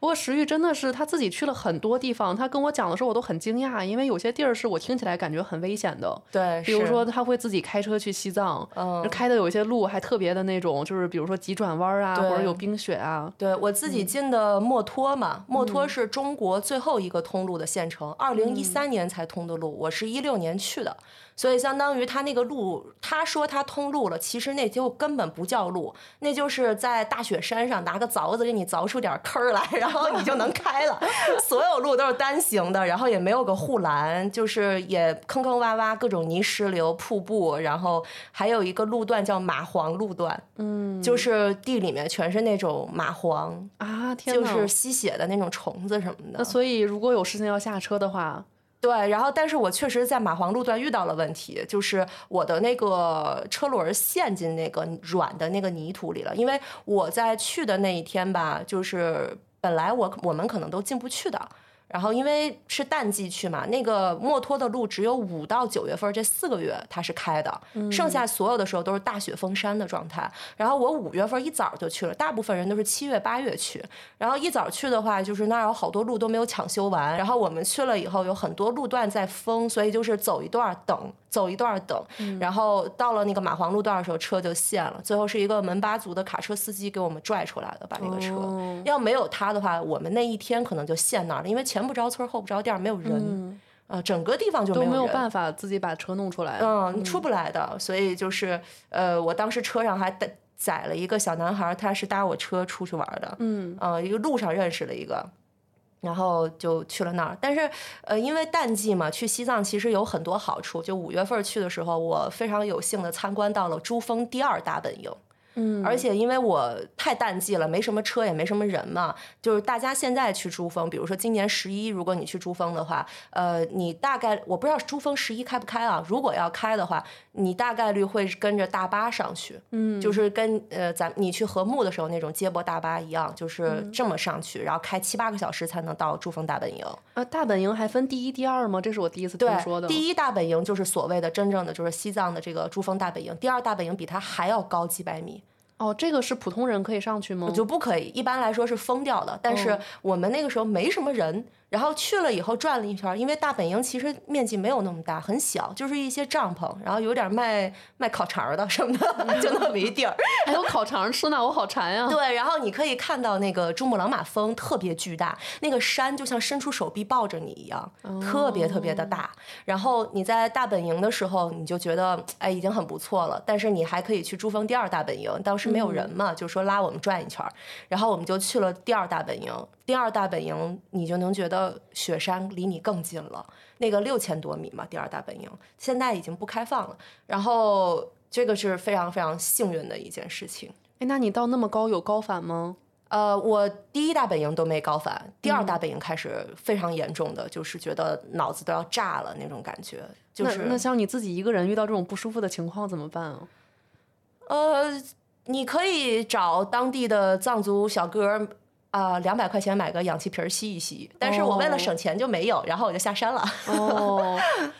不过石玉真的是他自己去了很多地方，他跟我讲的时候我都很惊讶，因为有些地儿是我听起来感觉很危险的。对，比如是说，他会自己开车去西藏，嗯就开的有一些路还特别的那种，就是比如说急转弯啊，对或者有冰雪啊。对我自己进的墨脱嘛，墨脱是中国最后一个通路的县城，二零一三年才通的路，我是一六年去的，所以相当于他那个路，他说他通路了，其实那就根本不叫路，那就是在大雪山上拿个凿子给你凿出点坑儿来，然后你就能开了。 所有路都是单行的，然后也没有个护栏，就是也坑坑洼洼，各种泥石流、瀑布，然后还有一个路段叫蚂蟥路段，嗯，就是地里面全是那种蚂蟥，啊，天就哪！是吸血的那种虫子什么那的。所以如果有事情要下车的话，对，然后但是我确实在蚂蟥路段遇到了问题，就是我的那个车轮儿陷进那个软的那个泥土里了，因为我在去的那一天吧，就是本来我我们可能都进不去的。然后因为是淡季去嘛，那个墨脱的路只有五到九月份这四个月它是开的，剩下所有的时候都是大雪封山的状态。然后我五月份一早就去了，大部分人都是七月八月去。然后一早去的话，就是那儿有好多路都没有抢修完。然后我们去了以后，有很多路段在封，所以就是走一段儿等，走一段儿等。然后到了那个蚂蟥路段的时候，车就陷了。最后是一个门巴族的卡车司机给我们拽出来的，把那个车。哦要没有他的话，我们那一天可能就陷那儿了，因为前不着村后不着店儿，没有人，呃，整个地方就嗯都没有人。办法自己把车弄出来。嗯，你出不来的。所以就是，呃，我当时车上还带载了一个小男孩儿，他是搭我车出去玩儿的。嗯，呃，一个路上认识了一个。然后就去了那儿，但是，呃，因为淡季嘛，去西藏其实有很多好处。就五月份儿去的时候，我非常有幸的参观到了珠峰第二大本营。嗯，而且因为我太淡季了，没什么车，也没什么人嘛，就是大家现在去珠峰，比如说今年十一，如果你去珠峰的话，呃，你大概我不知道珠峰十一开不开啊，如果要开的话，你大概率会跟着大巴上去，嗯，就是跟呃咱你去和睦的时候那种接驳大巴一样，就是嗯这么上去，然后开七八个小时才能到珠峰大本营。啊，大本营还分第一、第二吗？这是我第一次听说的。对，第一大本营就是所谓的真正的就是西藏的这个珠峰大本营，第二大本营比它还要高几百米，哦，这个是普通人可以上去吗？就不可以。一般来说是封掉的，但是我们那个时候没什么人，然后去了以后转了一圈儿，因为大本营其实面积没有那么大，很小，就是一些帐篷，然后有点卖卖烤肠儿的什么的， 就那么一地儿。还有烤肠吃呢，我好馋呀、 对，然后你可以看到那个珠穆朗玛峰特别巨大，那个山就像伸出手臂抱着你一样，特别特别的大。然后你在大本营的时候，你就觉得哎已经很不错了，但是你还可以去珠峰第二大本营，当时没有人嘛，就说拉我们转一圈儿，然后我们就去了第二大本营。第二大本营，你就能觉得雪山离你更近了。那个六千多米嘛，第二大本营现在已经不开放了。然后这个是非常非常幸运的一件事情。哎，那你到那么高有高反吗？呃，我第一大本营都没高反，第嗯二大本营开始非常严重的，就是觉得脑子都要炸了那种感觉，就那那是像你自己一个人遇到这种不舒服的情况怎么办啊？呃，你可以找当地的藏族小哥。啊，两百、块钱买个氧气瓶儿吸一吸，但是我为了省钱就没有，然后我就下 山了。哦，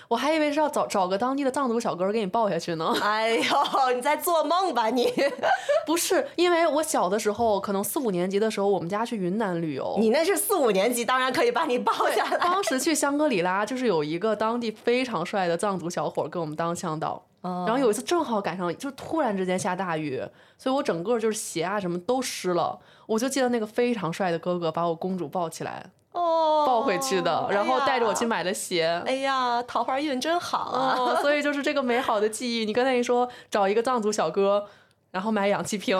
我还以为是要找找个当地的藏族小哥给你抱下去呢。 哎呦，你在做梦吧你！ 不是，因为我小的时候，可能四五年级的时候，我们家去云南旅游，你那是四五年级，当然可以把你抱下来。当时去香格里拉，就是有一个当地非常帅的藏族小伙儿给我们当向导。哦然后有一次正好赶上，就突然之间下大雨，所以我整个就是鞋啊什么都湿了。我就记得那个非常帅的哥哥把我公主抱起来哦，抱回去的，然后带着我去买 了鞋。哎呀，桃花运真好啊！哦，所以就是这个美好的记忆。你刚才一说找一个藏族小哥，然后买氧 气瓶，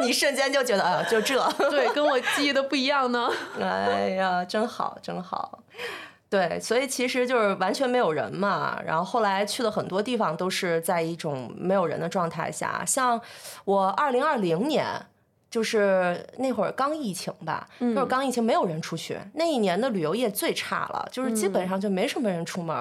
你瞬间就觉得，哎呀，就这，对，跟我记忆的不一样呢。 哎呀，真好，真好。对，所以其实就是完全没有人嘛。然后后来去了很多地方，都是在一种没有人的状态下。像我二零二零年，就是那会儿刚疫情吧，嗯就是刚疫情没有人出去。那一年的旅游业最差了，就是基嗯本上就没什么人出门。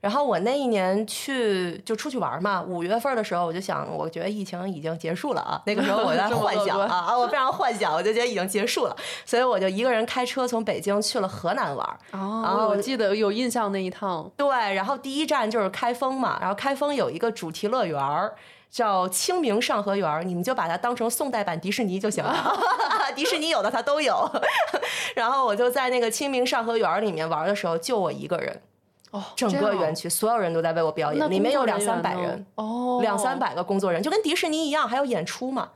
然后我那一年去就出去玩嘛，五月份的时候我就想，我觉得疫情已经结束了啊。那个时候我在 这么幻乐想观啊啊，我非常幻想，我就觉得已经结束了。所以我就一个人开车从北京去了河南玩。哦，我记得有印象那一趟。对，然后第一站就是开封嘛，然后开封有一个主题乐园儿。叫清明上河园儿，你们就把它当成宋代版迪士尼就行了。 迪士尼有的它都有。 然后我就在那个清明上河园儿里面玩的时候，就我一个人，哦，整这个样园区所有人都在为我表那演，里面有工作两三百员呢人，哦，两三，百个工作人员，就跟迪士尼一样，还有演出嘛。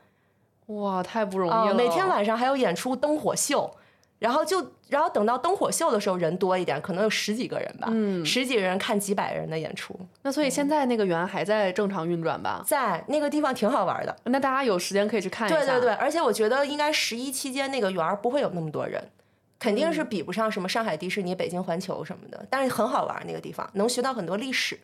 哇，太不容易啊、了。每天晚上还有演出灯火秀，然后就然后等到灯火秀的时候人多一点，可能有十几个人吧，嗯十几个人看几百人的演出，那所以嗯现在那个园还在正常运转吧？在那个地方挺好玩的。那大家有时间可以去看一下。对对对，，而且我觉得应该十一期间那个园儿不会有那么多人。肯定嗯是比不上什么上海迪士尼、北京环球什么的，但是很好玩儿那个地方，能学到很多历史，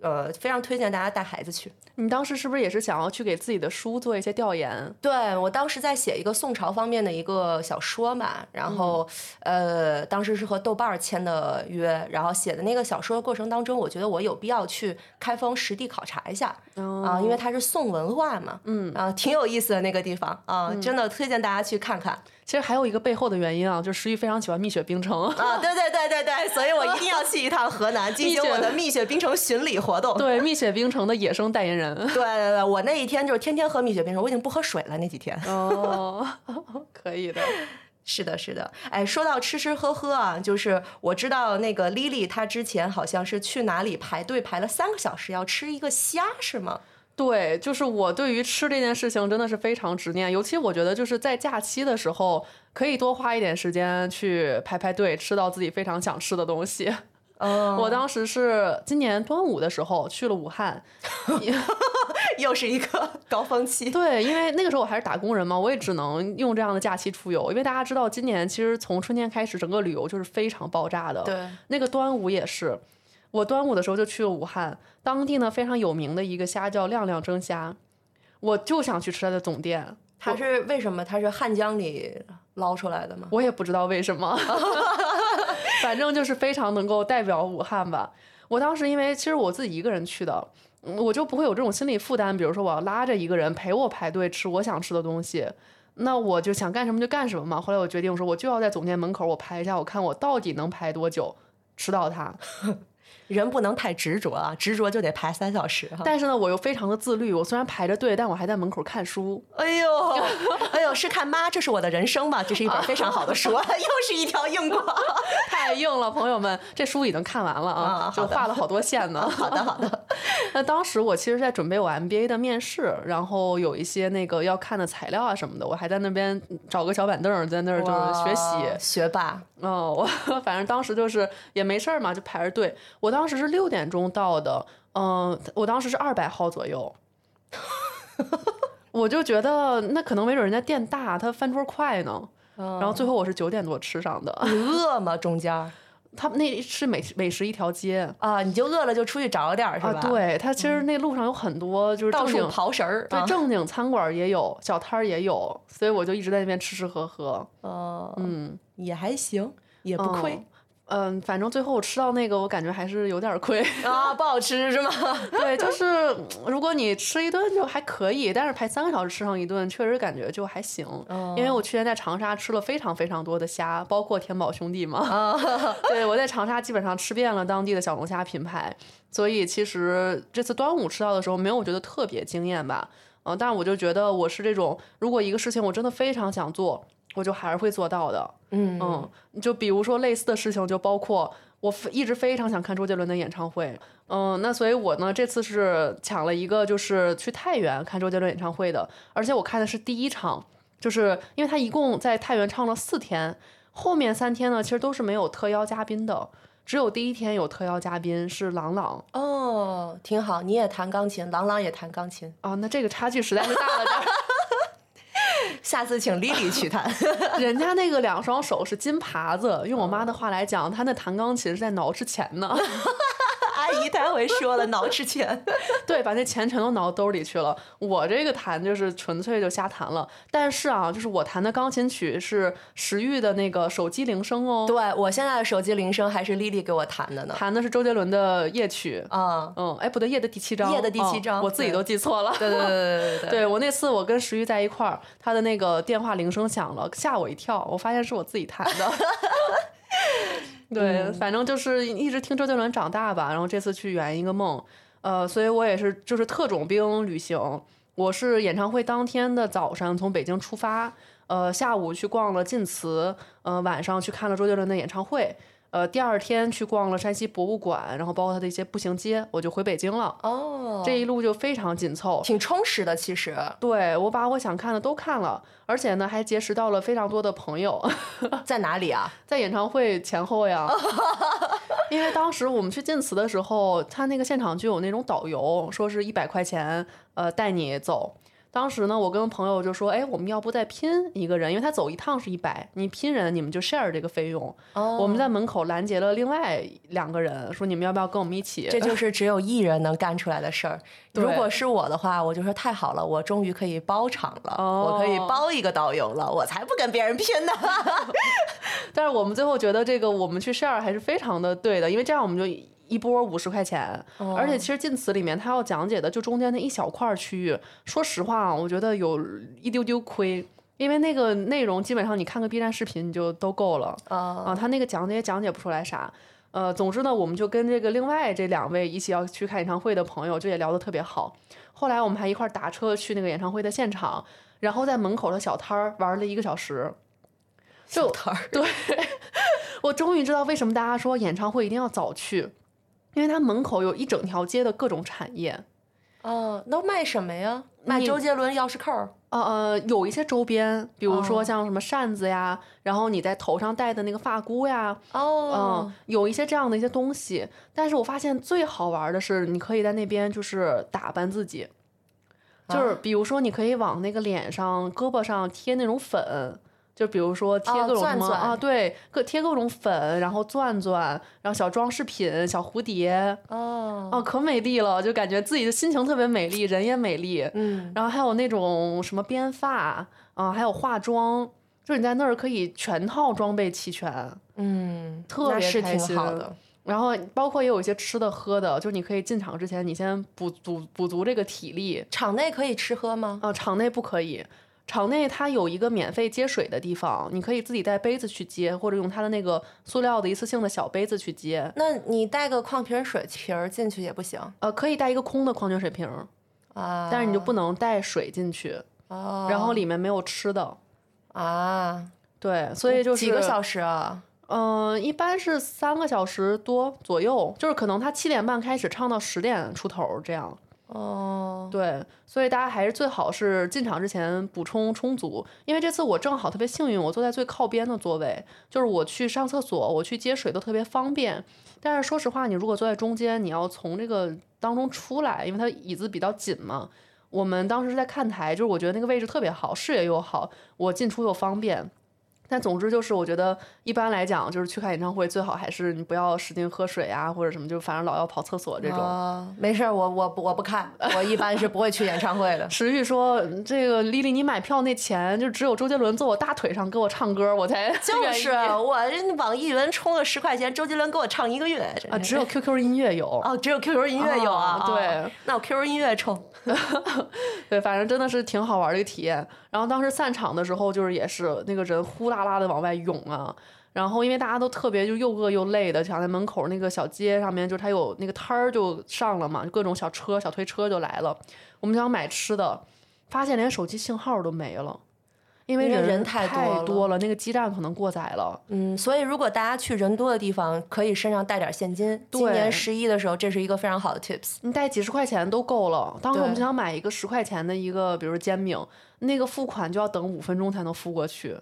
呃，非常推荐大家带孩子去。你当时是不是也是想要去给自己的书做一些调研？对我当时在写一个宋朝方面的一个小说嘛，然后、呃，当时是和豆瓣儿签的约，然后写的那个小说的过程当中，我觉得我有必要去开封实地考察一下啊、因为它是宋文化嘛，嗯啊、挺有意思的那个地方啊、真的推荐大家去看看其实还有一个背后的原因啊，就是石玉非常喜欢蜜雪冰城。 啊！对对对对对，所以我一定要去一趟河南，进行蜜雪我的蜜雪冰城巡礼活动。对，蜜雪冰城的野生代言人。对对对，我那一天就是天天喝蜜雪冰城，我已经不喝水了那几天。哦， 可以的。是的，是的，哎，说到吃吃喝喝啊，就是我知道那个 Lily 她之前好像是去哪里排队排了三个小时要吃一个虾，是吗？ 对，就是我对于吃这件事情真的是非常执念，尤其我觉得就是在假期的时候，可以多花一点时间去排排队，吃到自己非常想吃的东西。 哦，我当时是今年端午的时候去了武汉，又是一个高峰期。对，因为那个时候我还是打工人嘛，我也只能用这样的假期出游。因为大家知道，今年其实从春天开始，整个旅游就是非常爆炸的。，对，那个端午也是，我端午的时候就去了武汉，当地呢非常有名的一个虾叫亮亮蒸虾，我就想去吃它的总店。它是为什么？它是汉江里捞出来的吗？我也不知道为什么，反正就是非常能够代表武汉吧。我当时因为其实我自己一个人去的，嗯我就不会有这种心理负担，比如说我要拉着一个人陪我排队吃我想吃的东西。那我就想干什么就干什么嘛。后来我决定说，我就要在总店门口我排一下，我看我到底能排多久吃到它。人不能太执着啊，执着就得排三小时哈。但是呢，我又非常的自律，我虽然排着队，但我还在门口看书。哎呦， 哎呦，是看妈，这是我的人生吧？这是一本非常好的书，啊 又是一条硬 广。太硬了，朋友们，这书已经看完了啊啊，好就的啊画了好多线呢。好的，好的， 那当时我其实，在准备我 MBA 的面试，然后有一些那个要看的材料啊什么的，我还在那边找个小板凳儿，在那儿就是哇学习。学霸，哦，我反正当时就是也没事儿嘛，就排着队。我当时是六点钟到的，嗯、我当时是二百号 左右。我就觉得那可能没准人家店大，他翻桌快呢。嗯然后最后我是九点多吃上的，你饿吗？中间儿他们那是美美食一条街啊，你就饿了就出去找点儿是啊吧？，嗯对，他其实那路上有很多就是到正处经刨食儿，对，啊正经餐馆儿也有，小摊儿也有，所以我就一直在那边吃吃喝喝。哦，嗯，也还行，也不亏嗯。嗯，反正最后我吃到那个，我感觉还是有点亏。啊，不好吃是吗？ 对，就是嗯如果你吃一顿就还可以，但是排三个小时吃上一顿，确实感觉就还行。因为我去年在长沙吃了非常非常多的虾，包括天宝兄弟嘛。 对，我在长沙基本上吃遍了当地的小龙虾品牌，所以其实这次端午吃到的时候，没有觉得特别惊艳吧。嗯、但是我就觉得我是这种，如果一个事情我真的非常想做，我就还是会做到的。嗯嗯，就比如说类似的事情，就包括我非一直非常想看周杰伦的演唱会，嗯，那所以我呢这次是抢了一个就是去太原看周杰伦演唱会的，而且我看的是第一场，就是因为他一共在太原唱了四天，后面三天呢其实都是没有特邀嘉宾的，只有第一天有特邀嘉宾是郎朗 哦，挺好，你也弹钢琴，郎朗也弹钢琴，啊，那这个差距实在是大了点儿。 下次请 Lily 去 弹。人家那个两双手是金耙子，用我妈的话来讲，她那弹钢琴是在挠之前呢。阿姨待会说了，挠之前。对，把那钱全都挠兜里去了。我这个弹就是纯粹就瞎弹了，但是啊，就是我弹的钢琴曲是石玉的那个手机铃声 哦，对我现在的手机铃声还是 Lily 给我弹的呢。弹的是周杰伦的夜曲。啊，嗯，哎，不对，夜的第七章，夜的第七嗯章我自己对都记错 了。对对对对对对对我那次我跟石玉在一块儿，他的那个电话铃声响了，吓我一跳，我发现是我自己弹的。 对，反正就是一直听周杰伦长大吧，然后这次去圆一个梦，呃，所以我也是就是特种兵旅行，我是演唱会当天的早上从北京出发，呃，下午去逛了晋祠，呃，晚上去看了周杰伦的演唱会，呃，第二天去逛了山西博物馆，然后包括他的一些步行街，我就回北京了，哦，这一路就非常紧凑，挺充实的，其实对我把我想看的都看了，而且呢还结识到了非常多的朋友， 在哪里啊？在演唱会前后呀。因为当时我们去晋祠的时候，他那个现场就有那种导游，说是一百块钱，呃，带你走。当时呢，我跟朋友就说，哎，我们要不再拼一个人，因为他走一趟是一百，你拼人你们就 share 这个费用。哦我们在门口拦截了另外两个人，说你们要不要跟我们一起？这就是只有艺人能干出来的事 儿。对如果是我的话，我就说太好了，我终于可以包场了，哦我可以包一个导游了，我才不跟别人拼呢。但是我们最后觉得这个我们去 share 还是非常的对的，因为这样我们就一波五十块钱，而且其实晋祠里面它要讲解的就中间那一小块儿区域，说实话啊，我觉得有一丢丢亏。因为那个内容基本上你看个 B 站视频你就都够了啊、啊，他那个讲解也讲解不出来啥。呃，总之呢，我们就跟这个另外这两位一起要去看演唱会的朋友，就也聊得特别好。后来我们还一块儿打车去那个演唱会的现场，然后在门口的小摊儿玩了一个小时。就摊儿，对，我终于知道为什么大家说演唱会一定要早去，因为它门口有一整条街的各种产业。哦，那卖什么呀？卖你周杰伦钥匙扣儿。呃呃，有一些周边，比如说哦像什么扇子呀，然后你在头上戴的那个发箍呀，嗯、哦，有一些这样的一些东西。但是我发现最好玩的是，你可以在那边就是打扮自己，啊就是比如说你可以往那个脸上、胳膊上贴那种粉。就比如说贴哦各种什钻么、钻啊，对，各贴各种粉，然后钻钻，然后小装饰品、小蝴蝶，哦，哦，可美丽了，就感觉自己的心情特别美丽，人也美丽。嗯，然后还有那种什么编发啊、还有化妆，就是你在那儿可以全套装备齐全。嗯，特那别是开挺心好的。然后包括也有一些吃的喝的，就是你可以进场之前，你先补足补足这个体力场内可以吃喝吗？啊、场内不可以，场内它有一个免费接水的地方，你可以自己带杯子去接，或者用它的那个塑料的一次性的小杯子去接。那你带个矿泉水瓶儿进去也不行呃，可以带一个空的矿泉水瓶儿，啊。但是你就不能带水进去，哦，然后里面没有吃的。啊，对，所以就是几个小时，时啊？嗯、一般是三个小时多左右，就是可能他七点半开始唱到十点出头这样。哦，对，所以大家还是最好是进场之前补充充足，因为这次我正好特别幸运，我坐在最靠边的座位，就是我去上厕所、我去接水都特别方便。但是说实话，你如果坐在中间，你要从这个当中出来，因为它椅子比较紧嘛。我们当时是在看台，就是我觉得那个位置特别好，视野又好，我进出又方便。但总之就是，我觉得一般来讲，就是去看演唱会最好还是你不要使劲喝水啊，或者什么，就反正老要跑厕所这种。。啊，没事儿，我我不我不看，我一般是不会去演唱会的 石玉说：“这个丽丽，你买票那钱就只有周杰伦坐我大腿上给我唱歌，我才就愿意是我这网易云充了十块钱，周杰伦给我唱一个月真是啊，只有 QQ 音乐有。哦，只有 QQ 音乐有啊哦，对，那我 QQ 音乐充，对，反正真的是挺好玩的一个体验。然后当时散场的时候，就是也是那个人呼啦啦的往外涌啊。然后因为大家都特别就又饿又累的，想在门口那个小街上面，就是它有那个摊儿就上了嘛，就各种小车、小推车就来了。我们想买吃的，发现连手机信号都没了，因为因为人人太太多了了，那个基站可能过载了。嗯，所以如果大家去人多的地方，可以身上带点现金。今对年十一的时候，这是一个非常好的 tips。你带几十块钱都够了。当时我们对想买一个十块钱的一个，比如煎饼，那个付款就要等五分钟才能付过去，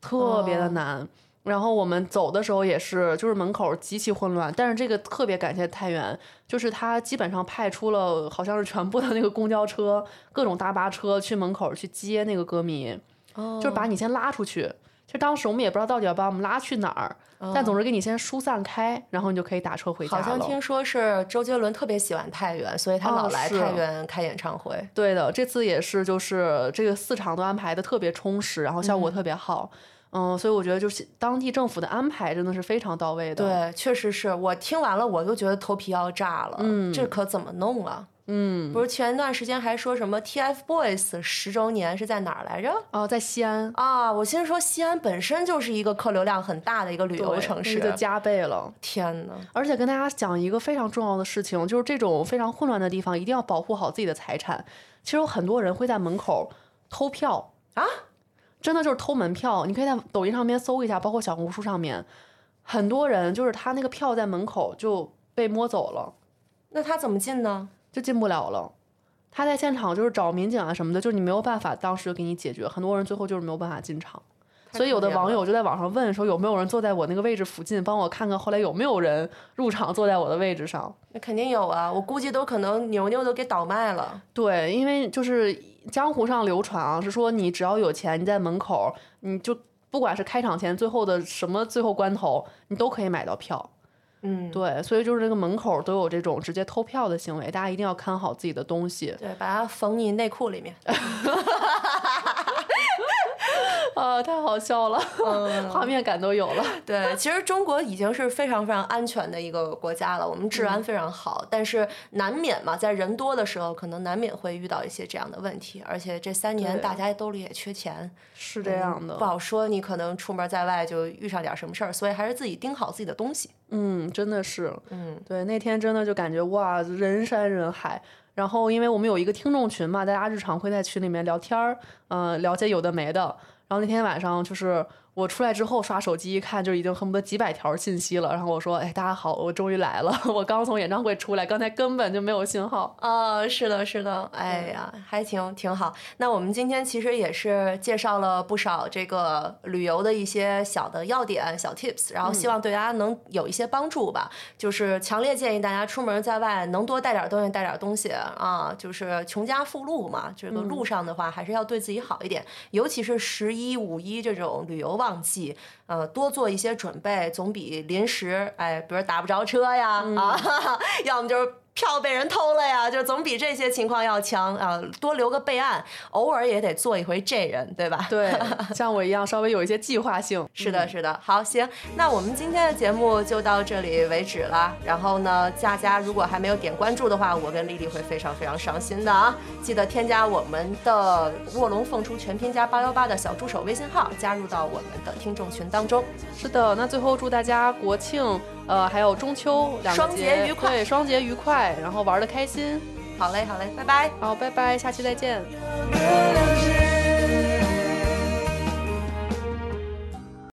特别嗯的难。然后我们走的时候也是，就是门口极其混乱。但是这个特别感谢太原，就是他基本上派出了好像是全部的那个公交车、各种大巴车去门口去接那个歌迷。哦就是把你先拉出去。其实当时我们也不知道到底要把我们拉去哪儿，但总是给你先疏散开，然后你就可以打车回家哦好了。像听说是周杰伦特别喜欢太原，所以他哦老来是太原开演唱会。对的，这次也是，就是这个四场都安排的特别充实，然后效果特别好。嗯所以我觉得就是当地政府的安排真的是非常到位的。，对，确实是我听完了，我都觉得头皮要炸了，嗯这可怎么弄啊？嗯，不是前段时间还说什么 TFBOYS 十周年是在哪儿来着？哦、在西安啊，我心说西安本身就是一个客流量很大的一个旅游对城那市个，就加倍了。天哪！而且跟大家讲一个非常重要的事情，就是这种非常混乱的地方，一定要保护好自己的财产。其实有很多人会在门口偷票啊，真的就是偷门票。你可以在抖音上面搜一下，包括小红书上面，很多人就是他那个票在门口就被摸走了，那他怎么进呢？就进不了了。他在现场就是找民警啊什么的，就是你没有办法，当时就给你解决。很多人最后就是没有办法进场。所以有的太可怜网了友就在网上问说有没有人坐在我那个位置附近，帮我看看后来有没有人入场坐在我的位置上。那肯定有啊，我估计都可能牛牛都给倒卖了。对，因为就是江湖上流传啊，是说你只要有钱，你在门口，你就不管是开场前最后的什么最后关头，你都可以买到票。嗯，对，所以就是这个门口都有这种直接偷票的行为，大家一定要看好自己的东西。对，把它缝你内裤里面。啊，太好笑了，画面感都有了。 对，其实中国已经是非常非常安全的一个国家了，我们治安非常好，但是难免嘛，在人多的时候，可能难免会遇到一些这样的问题。而且这三年对大家兜里也缺钱，是这样的不，好说，你可能出门在外就遇上点什么事儿，所以还是自己盯好自己的东西。嗯，真的是，嗯，对，那天真的就感觉哇，人山人海。然后，因为我们有一个听众群嘛，大家日常会在群里面聊天儿，嗯、了解有的没的。然后那天晚上就是我出来之后刷手机一看，就已经恨不得几百条信息了。然后我说：“哎，大家好，我终于来了， 我刚从演唱会出来，刚才根本就没有信号。啊，是的，是的，哎呀，还挺挺好。那我们今天其实也是介绍了不少这个旅游的一些小的要点、小 tips，然后希望对大家能有一些帮助吧。就是强烈建议大家出门在外能多带点东西，带点东西啊。就是穷家富路嘛，这个路上的话还是要对自己好一点，尤其是十一、五一这种旅游旺季，呃，多做一些准备，总比临时哎，比如打不着车呀、啊，要么就是。票被人偷了呀，就总比这些情况要强啊！多留个备案，偶尔也得做一回这人，对吧？”嗯对， 像我一样稍微有一些计划性。是的，是的，好，行，那我们今天的节目就到这里为止了。然后呢，大家如果还没有点关注的话，我跟丽丽会非常非常伤心的啊！记得添加我们的卧龙凤雏全拼加八幺八的小助手微信号，加入到我们的听众群当中。是的，那最后祝大家国庆，呃，还有中秋两个双节愉快对，双节愉快，然后玩的开心。好嘞，好嘞，拜拜。好，拜拜，下期再见。 Girl,